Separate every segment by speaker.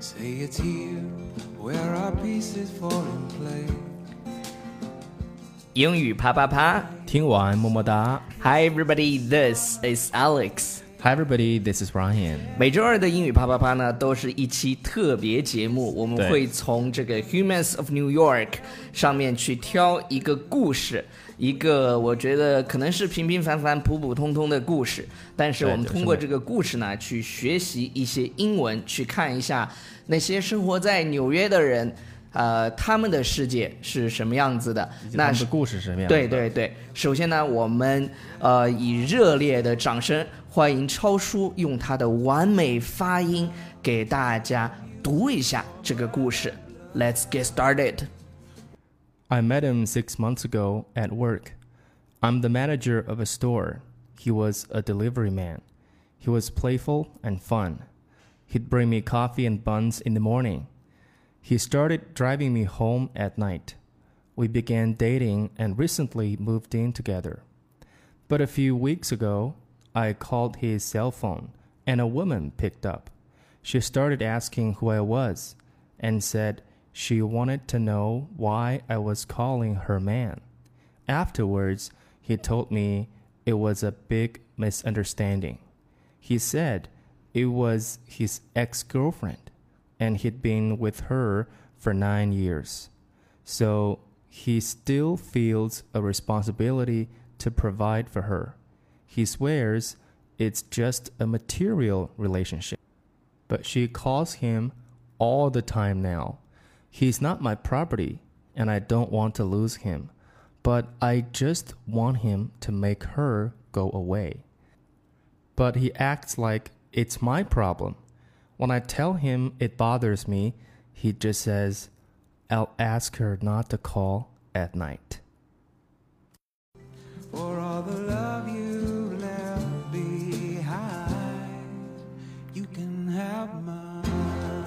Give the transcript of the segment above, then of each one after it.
Speaker 1: Say it's here where our pieces fall in place.
Speaker 2: 英语啪啪啪
Speaker 3: 听完么么哒。
Speaker 2: ！Hi everybody, this is Alex。
Speaker 3: Hi everybody, this is Ryan。
Speaker 2: 每周二的英语啪啪啪呢，都是一期特别节目，我们
Speaker 3: 对
Speaker 2: 会从这个《Humans of New York》上面去挑一个故事，一个我觉得可能是平平凡凡、普普通通的故事，但是
Speaker 3: 对
Speaker 2: 我们
Speaker 3: 就是
Speaker 2: 通过
Speaker 3: 那
Speaker 2: 这个故事呢，去学习一些英文，去看一下那些生活在纽约的人，呃，他们的世界是什么样子的。
Speaker 3: 他
Speaker 2: 那
Speaker 3: 们
Speaker 2: 是
Speaker 3: 的故事是什么样的？
Speaker 2: 对对对，首先呢，我们呃以热烈的掌声欢迎超叔用他的完美发音给大家读一下这个故事。Let's get started。
Speaker 3: I met him six months ago at work. I'm the manager of a store. He was a delivery man. He was playful and fun. He'd bring me coffee and buns in the morning. He started driving me home at night. We began dating and recently moved in together. But a few weeks ago, I called his cell phone and a woman picked up. She started asking who I was and said she wanted to know why I was calling her man. Afterwards, he told me it was a big misunderstanding. He said it was his ex girlfriend and he'd been with her for nine years. So he still feels a responsibility to provide for her. He swears it's just a material relationship. But she calls him all the time now. He's not my property, and I don't want to lose him. But I just want him to make her go away but he acts like it's my problem. When I tell him it bothers me, he just says, I'll ask her not to call at night.
Speaker 1: For all the love you left behind, you can have mine.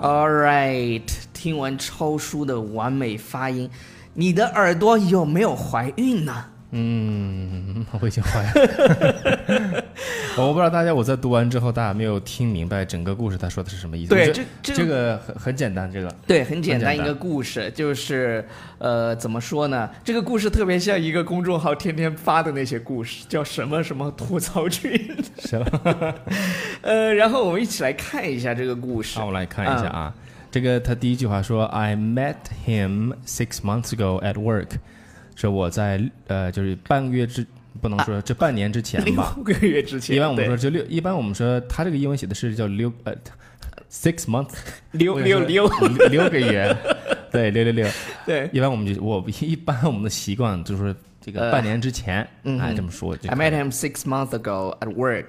Speaker 2: All right，听完超叔的完美发音，你的耳朵有没有怀孕呢？Mm.
Speaker 3: 嗯， 我已经坏了。我不知道大家，我在读完之后，大家有没有听明白整个故事他说的是什么意思？
Speaker 2: 对
Speaker 3: 我觉得
Speaker 2: 这这
Speaker 3: 这个很很简单，这个
Speaker 2: 对，很简单
Speaker 3: 很
Speaker 2: 一
Speaker 3: 简单
Speaker 2: 个故事，就是呃，怎么说呢？这个故事特别像一个公众号天天发的那些故事，叫什么什么吐槽群。
Speaker 3: 行了。
Speaker 2: 呃，然后我们一起来看一下这个故事
Speaker 3: 好，。 我来看一
Speaker 2: 嗯
Speaker 3: 下啊，这个他第一句话说，I met him six months ago at work，说我在呃就是半个月之不能
Speaker 2: 啊
Speaker 3: 说这半年之前
Speaker 2: 六
Speaker 3: 吧。
Speaker 2: 个月之前，
Speaker 3: 一般我们说
Speaker 2: 对
Speaker 3: 就六，一般我们说他这个英文写的是叫六呃 six months，
Speaker 2: 溜溜溜，
Speaker 3: 六六个月， 对六六六。
Speaker 2: 对。
Speaker 3: 一般我们就我一般我们的习惯就是这个
Speaker 2: 呃
Speaker 3: 半年之前，
Speaker 2: 嗯
Speaker 3: 哎
Speaker 2: 哼
Speaker 3: 这么说就
Speaker 2: I
Speaker 3: 可以
Speaker 2: met him six months ago at work.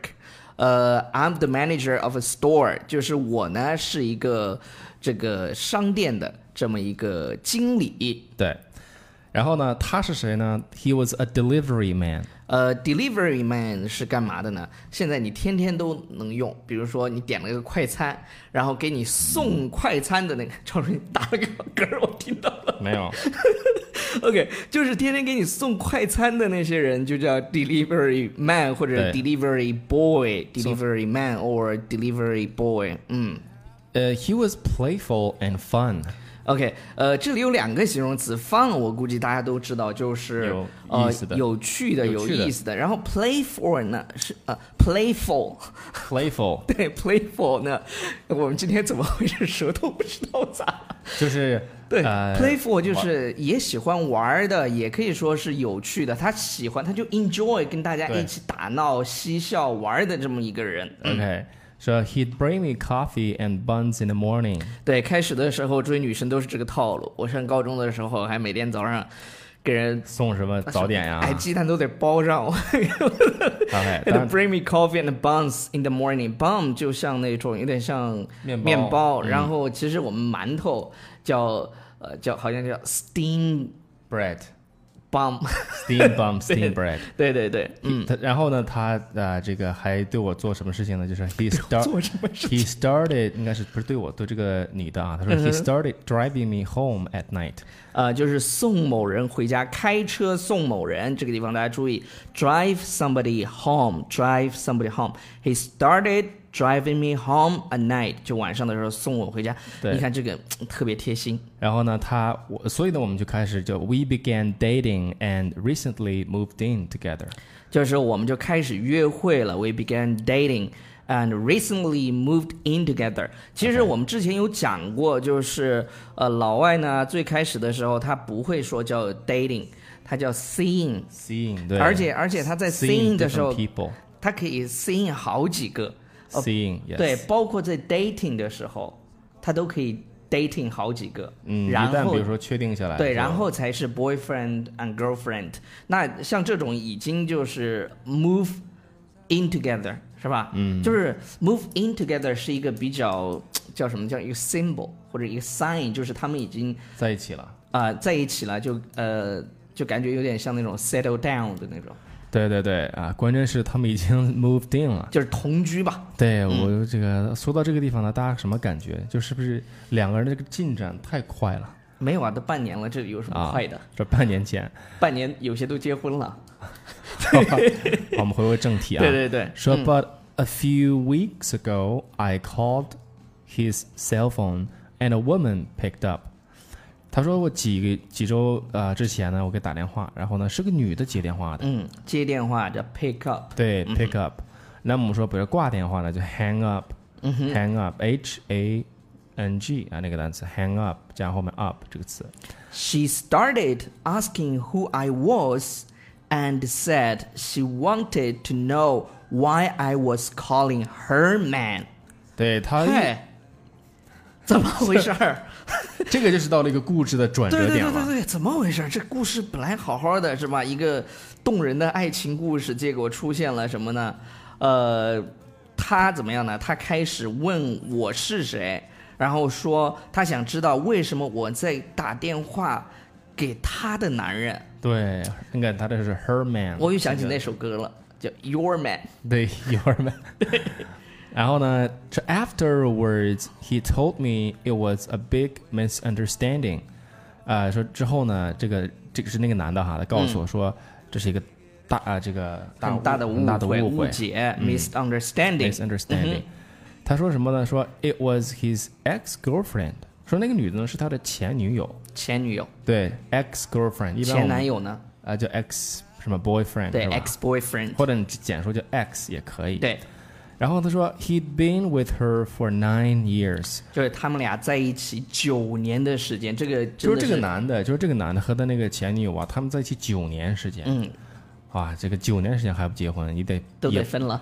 Speaker 2: 呃、i m the manager of a store，就是我呢是一个这个商店的这么一个经理。
Speaker 3: 对。然后呢，他是谁呢？He was a delivery man。
Speaker 2: 呃，delivery man 是干嘛的呢？现在你天天都能用，比如说你点了个快餐，然后给你送快餐的那个， 超叔你打了个嗝儿，我听到了。
Speaker 3: 没有，
Speaker 2: OK，就是天天给你送快餐的那些人，就叫 delivery man 或者
Speaker 3: 对
Speaker 2: delivery boy、delivery man or delivery boy。嗯
Speaker 3: 呃，he Uh, was playful and fun。
Speaker 2: ，OK，呃，这里有两个形容词，fun 我估计大家都知道，就是
Speaker 3: 有
Speaker 2: 呃
Speaker 3: 意思的
Speaker 2: 有趣的、有
Speaker 3: 有趣的
Speaker 2: 意思的。然后 playful 呢是呃 playful，
Speaker 3: playful
Speaker 2: 对 playful 呢，我们今天怎么回事？舌头不知道咋了。
Speaker 3: 就是
Speaker 2: 对、
Speaker 3: 呃
Speaker 2: p l a y f u l 就是也喜欢玩儿的，也可以说是有趣的。他喜欢，他就 enjoy 跟大家
Speaker 3: 对嗯
Speaker 2: 一起打闹、嬉笑、玩儿的这么一个人。
Speaker 3: OK，说、he'd bring me coffee and buns in the morning。
Speaker 2: 对，开始的时候追女生都是这个套路。我上高中的时候还每天早上给人
Speaker 3: 送什么早点呀、
Speaker 2: 哎，鸡蛋都得包上。 我
Speaker 3: OK，
Speaker 2: They
Speaker 3: 当然
Speaker 2: bring me coffee and buns in the morning. Bun 就像那种有点像
Speaker 3: 面包嗯
Speaker 2: 然后其实我们馒头叫呃叫好像叫 steam
Speaker 3: bread
Speaker 2: bun。
Speaker 3: steam bun steam bread。
Speaker 2: 对对对，嗯。
Speaker 3: 他然后呢，他呃这个还对我做什么事情呢？就是 he
Speaker 2: 做
Speaker 3: start
Speaker 2: 什么事
Speaker 3: he started 应该是不是对我对这个女的啊？他说
Speaker 2: Uh-huh。
Speaker 3: he started driving me home at night。
Speaker 2: 呃，就是送某人回家，开车送某人。这个地方大家注意，drive somebody home，drive somebody home。He started driving me home at night，就晚上的时候送我回家。
Speaker 3: 对
Speaker 2: 你看这个嗯特别贴心。
Speaker 3: 然后呢，他我所以呢，我们就开始就 we began dating and recently moved in together。
Speaker 2: 这时候我们就开始约会了。We began dating and recently moved in together。其实我们之前有讲过，就是呃，老外呢最开始的时候他不会说叫 dating，他叫 seeing，
Speaker 3: Seeing，对，
Speaker 2: 而且而且他在
Speaker 3: seeing
Speaker 2: seeing 的时候
Speaker 3: different，people
Speaker 2: 他可以 seeing 好几个，呃
Speaker 3: seeing yes
Speaker 2: 对，包括在 dating 的时候，他都可以 dating 好几个，
Speaker 3: 嗯，一
Speaker 2: 然
Speaker 3: 旦
Speaker 2: 后
Speaker 3: 比如说确定下来，
Speaker 2: 对，
Speaker 3: 就
Speaker 2: 然后才是 boyfriend and girlfriend。那像这种已经就是 move in together 是吧？嗯，就是 move in together 是一个比较叫什么叫一个 symbol 或者一个 sign，就是他们已经
Speaker 3: 在一起了。
Speaker 2: 啊、呃在一起了，就呃就感觉有点像那种 settle down 的那种，
Speaker 3: 对对对啊，关键是他们已经 moved in 了。
Speaker 2: 就是同居吧。
Speaker 3: 对
Speaker 2: 嗯
Speaker 3: 我这个说到这个地方呢，大家什么感觉？就是不是两个人这个进展太快了
Speaker 2: 没有啊，都半年了，这有什么
Speaker 3: 啊？
Speaker 2: 快的？
Speaker 3: 这半年前，
Speaker 2: 半年有些都结婚了。
Speaker 3: 我们回归正题啊。
Speaker 2: 对对对，
Speaker 3: So, but a few weeks ago, I called his cell phone and a woman picked up. 他说我几个几周呃之前呢，我给打电话，然后呢是个女的接电话的，
Speaker 2: 嗯，接电话叫 pick up。
Speaker 3: 对，pick up。那么我们说，比如挂电话呢，就 hang
Speaker 2: 嗯
Speaker 3: up，hang up，h a n g 啊那个单词 hang up 加后面 up 这个词。
Speaker 2: She started asking who I was and said she wanted to know why I was calling her man.
Speaker 3: 对他
Speaker 2: 嗨，怎么回事儿？
Speaker 3: 这个就是到了一个故事的转
Speaker 2: 对
Speaker 3: 折
Speaker 2: 对
Speaker 3: 点
Speaker 2: 对对
Speaker 3: 了。
Speaker 2: 对，怎么回事儿？这故事本来好好的是吧？一个动人的爱情故事，结果出现了什么呢？呃，他怎么样呢？他开始问我是谁，然后说他想知道为什么我在打电话给他的男人。
Speaker 3: 对，你看他这是 her man。
Speaker 2: 我又想起那首歌了，叫《Your Man》。
Speaker 3: 对，幼儿园。然后呢这，afterwards he told me it was a big misunderstanding，啊、说之后呢，这个这个是那个男的哈，他告诉我说、这是一个大啊、这个大
Speaker 2: 很大的
Speaker 3: 很大的
Speaker 2: 会、
Speaker 3: 误嗯
Speaker 2: 误解、misunderstanding。嗯
Speaker 3: misunderstanding。他说什么呢？说 it was his ex girlfriend，说那个女的呢是他的前女友，
Speaker 2: 前女友、
Speaker 3: 对 ex girlfriend，一般我
Speaker 2: 前
Speaker 3: 们
Speaker 2: 男友呢？
Speaker 3: 啊、叫 ex 什么 boyfriend
Speaker 2: 对
Speaker 3: 是吧
Speaker 2: ，ex boyfriend。
Speaker 3: 或者你简说叫 X 也可以。
Speaker 2: 对，
Speaker 3: 然后他说，He'd been with her for nine years，
Speaker 2: 就是他们俩在一起九年的时间，这个真
Speaker 3: 就是
Speaker 2: 的
Speaker 3: 这
Speaker 2: 是
Speaker 3: 个，男的，就是这个男的和他那个前女友啊，他们在一起九年时间。
Speaker 2: 嗯，
Speaker 3: 哇，这个九年时间还不结婚，你得
Speaker 2: 都
Speaker 3: 也
Speaker 2: 得分了，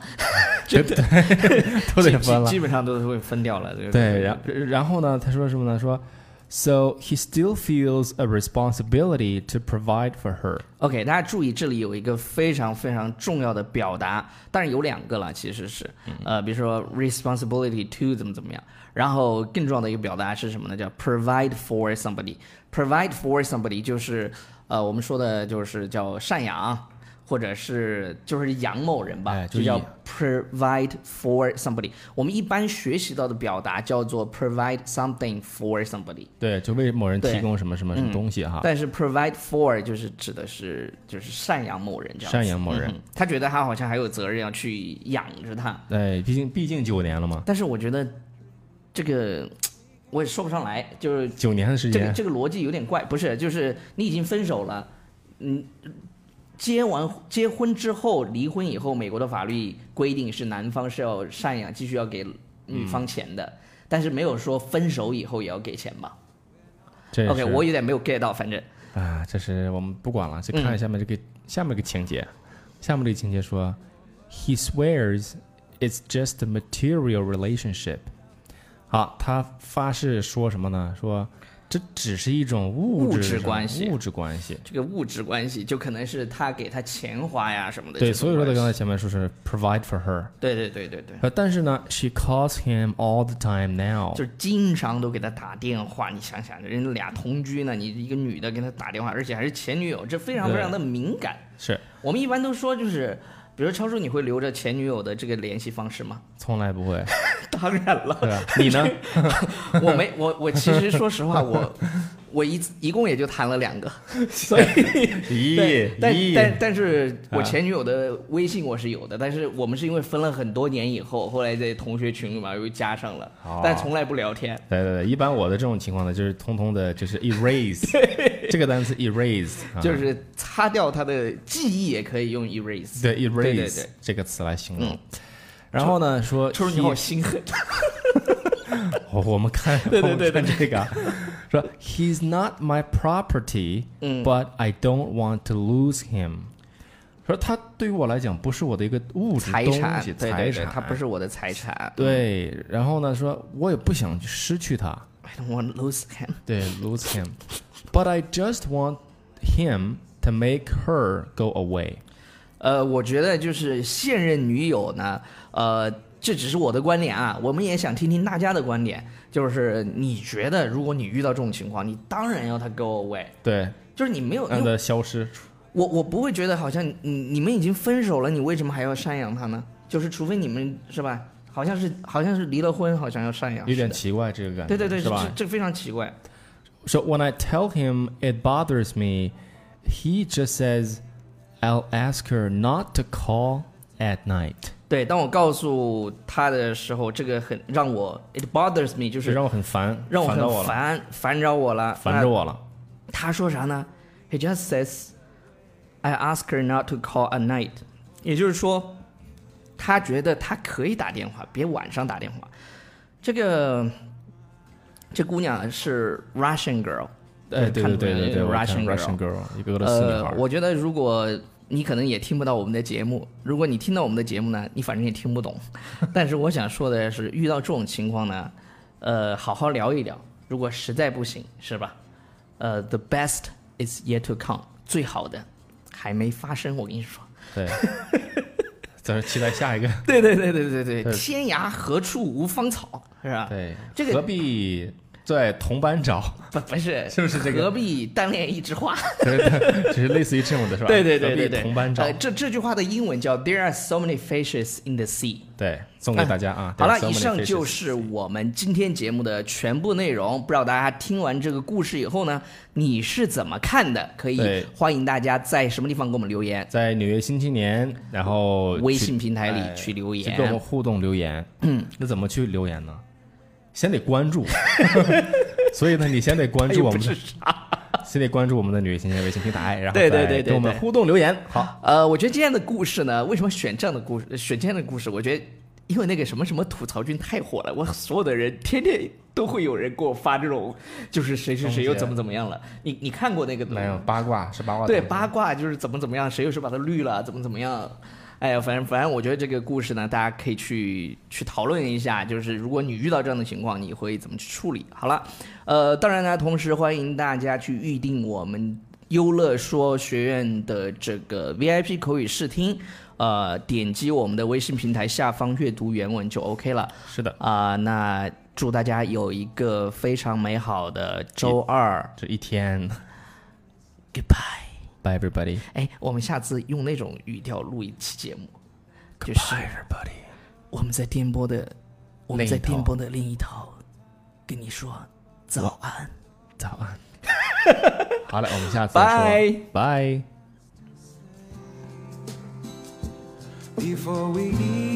Speaker 3: 对不对？ 都得分了
Speaker 2: 基。基本上都是会分掉了。这个
Speaker 3: 对，然然后呢？他说什么呢？说，So he still feels a responsibility to provide for her。
Speaker 2: OK，大家注意，这里有一个非常非常重要的表达，当然有两个了，其实是，呃，比如说 responsibility to 怎么怎么样，然后更重要的一个表达是什么呢？叫 provide for somebody。provide for somebody 就是，呃，我们说的就是叫赡养，或者是就是养某人吧，
Speaker 3: 哎就
Speaker 2: 就叫
Speaker 3: 以
Speaker 2: provide for somebody。我们一般学习到的表达叫做 provide something for somebody。
Speaker 3: 对，就为某人
Speaker 2: 对嗯
Speaker 3: 提供什么什么什么东西哈。
Speaker 2: 但是 provide for 就是指的是就是赡养某人这样子。
Speaker 3: 赡养某人
Speaker 2: 嗯他觉得他好像还有责任要去养着他，
Speaker 3: 对，毕竟毕竟九年了嘛，
Speaker 2: 但是我觉得这个我也说不上来，就是
Speaker 3: 九年的时
Speaker 2: 这个
Speaker 3: 间。
Speaker 2: 这个逻辑有点怪，不是？就是你已经分手了，嗯，结完结婚之后离婚以后，美国的法律规定是男方是要赡养，继续要给女方钱的，
Speaker 3: 嗯
Speaker 2: 但是没有说分手以后也要给钱吧
Speaker 3: 这也
Speaker 2: ？OK，
Speaker 3: 是
Speaker 2: 我有点没有 get 到，反正
Speaker 3: 啊，这是我们不管了，去看
Speaker 2: 嗯
Speaker 3: 下面这个、下面这个情节。下面这个情节说，He swears it's just a material relationship。好，他发誓说什么呢？说这只是一种物
Speaker 2: 物质
Speaker 3: 上
Speaker 2: 关系
Speaker 3: 物质关系。
Speaker 2: 这个物质关系，就可能是他给他钱花呀什么的。
Speaker 3: 对，
Speaker 2: 这种
Speaker 3: 所以说他
Speaker 2: 关系
Speaker 3: 刚才前面说是 provide for her，
Speaker 2: 对对对对对，
Speaker 3: 呃，但是呢，she calls him all the time now。
Speaker 2: 就是经常都给他打电话。你想想，人家俩同居呢，你一个女的给他打电话，而且还是前女友，这非常
Speaker 3: 对
Speaker 2: 非常的敏感。
Speaker 3: 是
Speaker 2: 我们一般都说就是比如超叔，你会留着前女友的这个联系方式吗？
Speaker 3: 从来不会。
Speaker 2: 当然了，
Speaker 3: 对啊，你呢？
Speaker 2: 我没我我其实说实话，我我一一共也就谈了 两个，所以
Speaker 3: 咦
Speaker 2: 对，但但
Speaker 3: 咦，
Speaker 2: 但是我
Speaker 3: 啊
Speaker 2: 前女友的微信我是有的，但是我们是因为分了很多年以后，后来在同学群里面又加上了，
Speaker 3: 哦
Speaker 2: 但从来不聊天。
Speaker 3: 对对对，一般我的这种情况呢，就是通通的，就是 erase 这个单词 erase，啊
Speaker 2: 就是擦掉他的记忆也可以用 erase。
Speaker 3: 对
Speaker 2: 对
Speaker 3: erase
Speaker 2: 对嗯
Speaker 3: 这个词来形容。然后呢，说
Speaker 2: 抽你
Speaker 3: he-
Speaker 2: 好心狠，
Speaker 3: 我我们看，
Speaker 2: 对对对
Speaker 3: 我们看这个啊，说 He's not my property,
Speaker 2: 嗯
Speaker 3: but I don't want to lose him。说他对于我来讲不是我的一个物质
Speaker 2: 财
Speaker 3: 东
Speaker 2: 产，
Speaker 3: 西，
Speaker 2: 对
Speaker 3: 财
Speaker 2: 对对，
Speaker 3: 产，
Speaker 2: 他不是我的财产。嗯
Speaker 3: 对。然后呢，说我也不想去失去他，
Speaker 2: ，I don't want to lose him。
Speaker 3: 对，lose him。But I just want him to make her go away。
Speaker 2: 呃，我觉得就是现任女友呢，呃，这只是我的观点啊，我们也想听听大家的观点。就是你觉得，如果你遇到这种情况，你当然要他 go away，
Speaker 3: 嗯对，
Speaker 2: 就是你没有，
Speaker 3: 让
Speaker 2: 因为
Speaker 3: 他 uh, 消失。
Speaker 2: 我我不会觉得好像你你们已经分手了，你为什么还要赡养他呢？就是除非你们是吧？好像是好像是离了婚，好像要赡养，
Speaker 3: 有
Speaker 2: 是
Speaker 3: 点
Speaker 2: 的
Speaker 3: 奇怪，这个感觉，
Speaker 2: 对对对，
Speaker 3: 是吧？
Speaker 2: 这这非常奇怪。
Speaker 3: So when I tell him it bothers me, he just says, I'll ask her not to call at night.
Speaker 2: 对，当我告诉他的时候，这个很让我 it bothers me，就
Speaker 3: 就是
Speaker 2: 是
Speaker 3: 让我很烦，
Speaker 2: 让我
Speaker 3: 烦到我
Speaker 2: 很
Speaker 3: 了，
Speaker 2: 烦烦扰我了。
Speaker 3: 烦着我了。
Speaker 2: 那他说啥呢？He just says, I ask her not to call at night。也就是说，他觉得他可以打电话，别晚上打电话。这个这姑娘是 Russian girl，
Speaker 3: 哎，
Speaker 2: 看
Speaker 3: 对对
Speaker 2: 出来
Speaker 3: 对对对
Speaker 2: 那个
Speaker 3: 我看
Speaker 2: Russian
Speaker 3: Russian girl，一个俄罗斯女
Speaker 2: 呃
Speaker 3: 孩，。
Speaker 2: 我觉得如果你可能也听不到我们的节目，如果你听到我们的节目呢，你反正也听不 懂。但是我想说的是，遇到这种情况呢，呃，好好聊一聊。如果实在不行，是吧？呃，the best is yet to come，最好的还没发生。我跟你说，
Speaker 3: 对，咱们期待下一个。
Speaker 2: 对对对对对对，
Speaker 3: 对
Speaker 2: 天涯何处无芳草，是吧？
Speaker 3: 对，
Speaker 2: 这个
Speaker 3: 何必在同班找？
Speaker 2: 不不是，
Speaker 3: 是不是这个
Speaker 2: 何必单恋一枝花？
Speaker 3: 对对就是类似于这种的是吧？
Speaker 2: 对对对对
Speaker 3: 何必
Speaker 2: 对，
Speaker 3: 同班找
Speaker 2: 呃，。这这句话的英文叫 There are so many fishes in the sea。
Speaker 3: 对，嗯送给大家啊。
Speaker 2: 好了
Speaker 3: There's，so
Speaker 2: 以
Speaker 3: many
Speaker 2: 上
Speaker 3: fishes
Speaker 2: 就是我们今天节目的全部内容。不知道大家听完这个故事以后呢，你是怎么看的？可以
Speaker 3: 对
Speaker 2: 欢迎大家在什么地方给我们留言？
Speaker 3: 在纽约新青年，然后
Speaker 2: 微
Speaker 3: 去
Speaker 2: 信平台里
Speaker 3: 哎
Speaker 2: 去留言
Speaker 3: 去跟我们互动留言。嗯，那怎么去留言呢？先得关注， 所以呢，你先得关
Speaker 2: 哎
Speaker 3: 哎注我们的，先得关注我们的纽约新青年微信平台，然后
Speaker 2: 对对对
Speaker 3: 再
Speaker 2: 对
Speaker 3: 跟我们
Speaker 2: 对
Speaker 3: 互动留言。好，
Speaker 2: 呃，我觉得今天的故事呢，为什么选这样的故事？选这样的故事，我觉得因为那个什么什么吐槽君太火了，我所有的人天天都会有人给我发这种，就是谁谁谁又怎么怎么样了。你你看过那个
Speaker 3: 啊没有八卦是八卦，
Speaker 2: 对，八卦就是怎么怎么样，谁又是把他绿了，怎么怎么样。哎呀，反正反正，我觉得这个故事呢，大家可以去去讨论一下，就是如果你遇到这样的情况，你会怎么去处理？好了，呃，当然呢，同时欢迎大家去预定我们优乐说学院的这个 VIP 口语试听，呃，点击我们的微信平台下方阅读原文就 OK 了。
Speaker 3: 是的，
Speaker 2: 啊、那祝大家有一个非常美好的周二
Speaker 3: 这一天
Speaker 2: ，Goodbye。
Speaker 3: ，Bye everybody，
Speaker 2: 哎，我们下次用那种语调录一期节目，就是我们在电波的，我们在
Speaker 3: 另一头
Speaker 2: 电波的另一头跟你说早安。
Speaker 3: 早 安。好嘞，我们下次再说，拜。
Speaker 1: Before we eat.